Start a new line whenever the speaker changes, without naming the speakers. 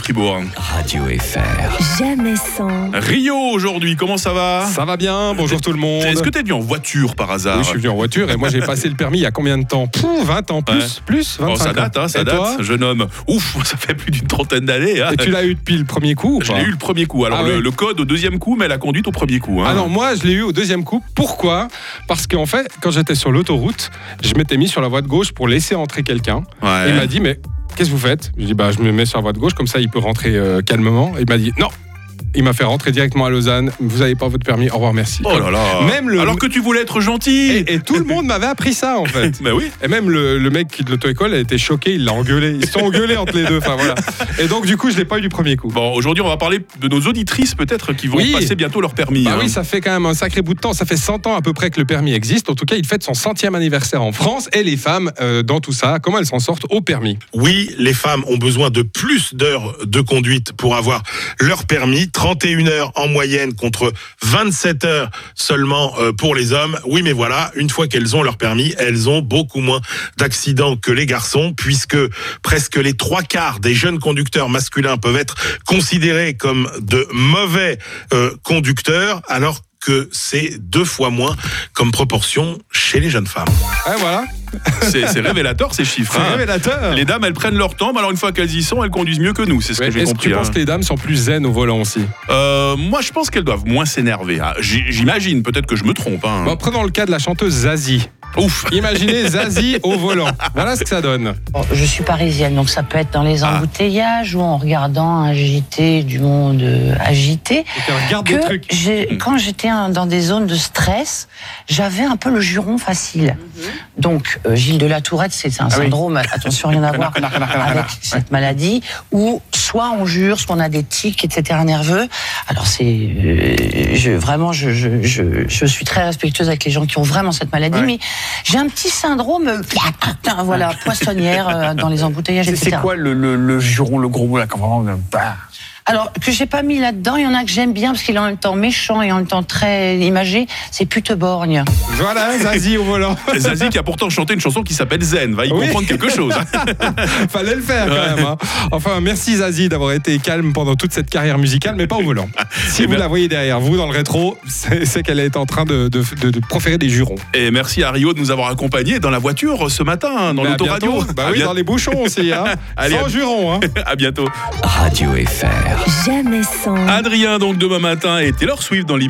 Fribourg.
Radio FR.
Jamais sans,
Rio aujourd'hui, comment ça va
Ça va bien, bonjour tout le monde.
Ah. Est-ce que t'es venu en voiture par hasard
Oui, je suis venu en voiture et moi j'ai passé le permis il y a combien de temps Pouf, 20 ans, plus,
Ouais.
plus, 25
Oh, ça
ans.
date, hein, ça
et
date,
toi
jeune homme. Ouf, ça fait plus d'une trentaine d'années. hein.
Et tu l'as eu depuis le premier coup ou
Je
pas
l'ai eu le premier coup. Alors
Ah
le,
ouais.
le code au deuxième coup, mais la conduite au premier coup. hein.
Ah non, moi je l'ai eu au deuxième coup. Pourquoi Parce qu'en fait, quand j'étais sur l'autoroute, je m'étais mis sur la voie de gauche pour laisser entrer quelqu'un.
Ouais.
Il m'a dit, mais qu'est-ce que vous faites Je dis, bah je me mets sur la voie de gauche, comme ça il peut rentrer euh, calmement. Il m'a dit, non Il m'a fait rentrer directement à Lausanne, vous n'avez pas votre permis, au revoir, merci.
Oh là là.
Même le-
Alors que tu voulais être gentil.
et, et tout le monde m'avait appris ça en fait.
Bah oui.
Et même le, le mec qui de l'auto-école a été choqué, il l'a engueulé. Ils se sont engueulés entre les deux. Enfin voilà. Et donc du coup, je l'ai pas eu du premier coup.
Bon, aujourd'hui, on va parler de nos auditrices peut-être qui vont
Oui.
passer bientôt leur permis.
Bah
hein.
oui, ça fait quand même un sacré bout de temps. Ça fait 100 ans à peu près que le permis existe. En tout cas, il fête son centième anniversaire en France. Et les femmes, euh, dans tout ça, comment elles s'en sortent au permis
Oui, les femmes ont besoin de plus d'heures de conduite pour avoir leur permis. 31 heures en moyenne contre 27 heures seulement euh, pour les hommes. Oui, mais voilà, une fois qu'elles ont leur permis, elles ont beaucoup moins d'accidents que les garçons, puisque presque les trois quarts des jeunes conducteurs masculins peuvent être considérés comme de mauvais euh, conducteurs, alors que c'est deux fois moins comme proportion chez les jeunes femmes.
Ah voilà. Ah.
C'est c'est révélateur ces chiffres.
C'est
hein.
révélateur.
Les dames, elles prennent leur temps, mais alors une fois qu'elles y sont, elles conduisent mieux que nous. C'est ce
Ouais,
que j'ai
Est-ce que
compris.
tu
hein.
penses que les dames sont plus zen au volant aussi
Euh, moi, je pense qu'elles doivent moins s'énerver. hein. J- J'imagine, peut-être que je me trompe. hein.
Bon, Prenons le cas de la chanteuse Zazie.
Ouf.
Imaginez Zazie au volant. Voilà ce que ça donne.
Bon, je suis parisienne, donc ça peut être dans les
Ah.
embouteillages ou en regardant un JT du monde euh, agité.
Regarde
Que
des trucs.
Hmm.
j'ai- quand j'étais hein, dans des zones de stress, j'avais un peu le juron facile. Donc euh, Gilles de la Tourette, c'est un
Ah oui.
syndrome, attention, rien à voir avec cette maladie, où soit on jure, soit on a des tics, etc. nerveux. Alors c'est, euh, je, vraiment, je, je, je, je suis très respectueuse avec les gens qui ont vraiment cette maladie, mais j'ai un petit syndrome, euh, voilà, poissonnière euh, dans les embouteillages,
C'est-
etc.
C'est quoi le, le, le juron, le gros mot là, quand vraiment on a- bah,
Alors, que j'ai pas mis là-dedans, il y en a que j'aime bien parce qu'il est en même temps méchant et en même temps très imagé, c'est pute borgne.
Voilà Zazie au volant.
Zazie qui a pourtant chanté une chanson qui s'appelle Zen, va y
Oui.
comprendre quelque chose.
Fallait le faire quand même. hein. Enfin, merci Zazie d'avoir été calme pendant toute cette carrière musicale, mais pas au volant. Si
Eh
vous
bien-
la voyez derrière vous dans le rétro, c'est c'est qu'elle est en train de, de- de- de proférer des jurons.
Et merci à Rio de nous avoir accompagnés dans la voiture ce matin, hein, dans
Mais à
l'autoradio.
bientôt. Bah
À
oui,
bien-
dans les bouchons aussi. Hein.
Allez,
Sans
à-
jurons. Hein.
à bientôt.
Radio FR.
jamais sans.
Adrien, donc demain matin, et Taylor Swift dans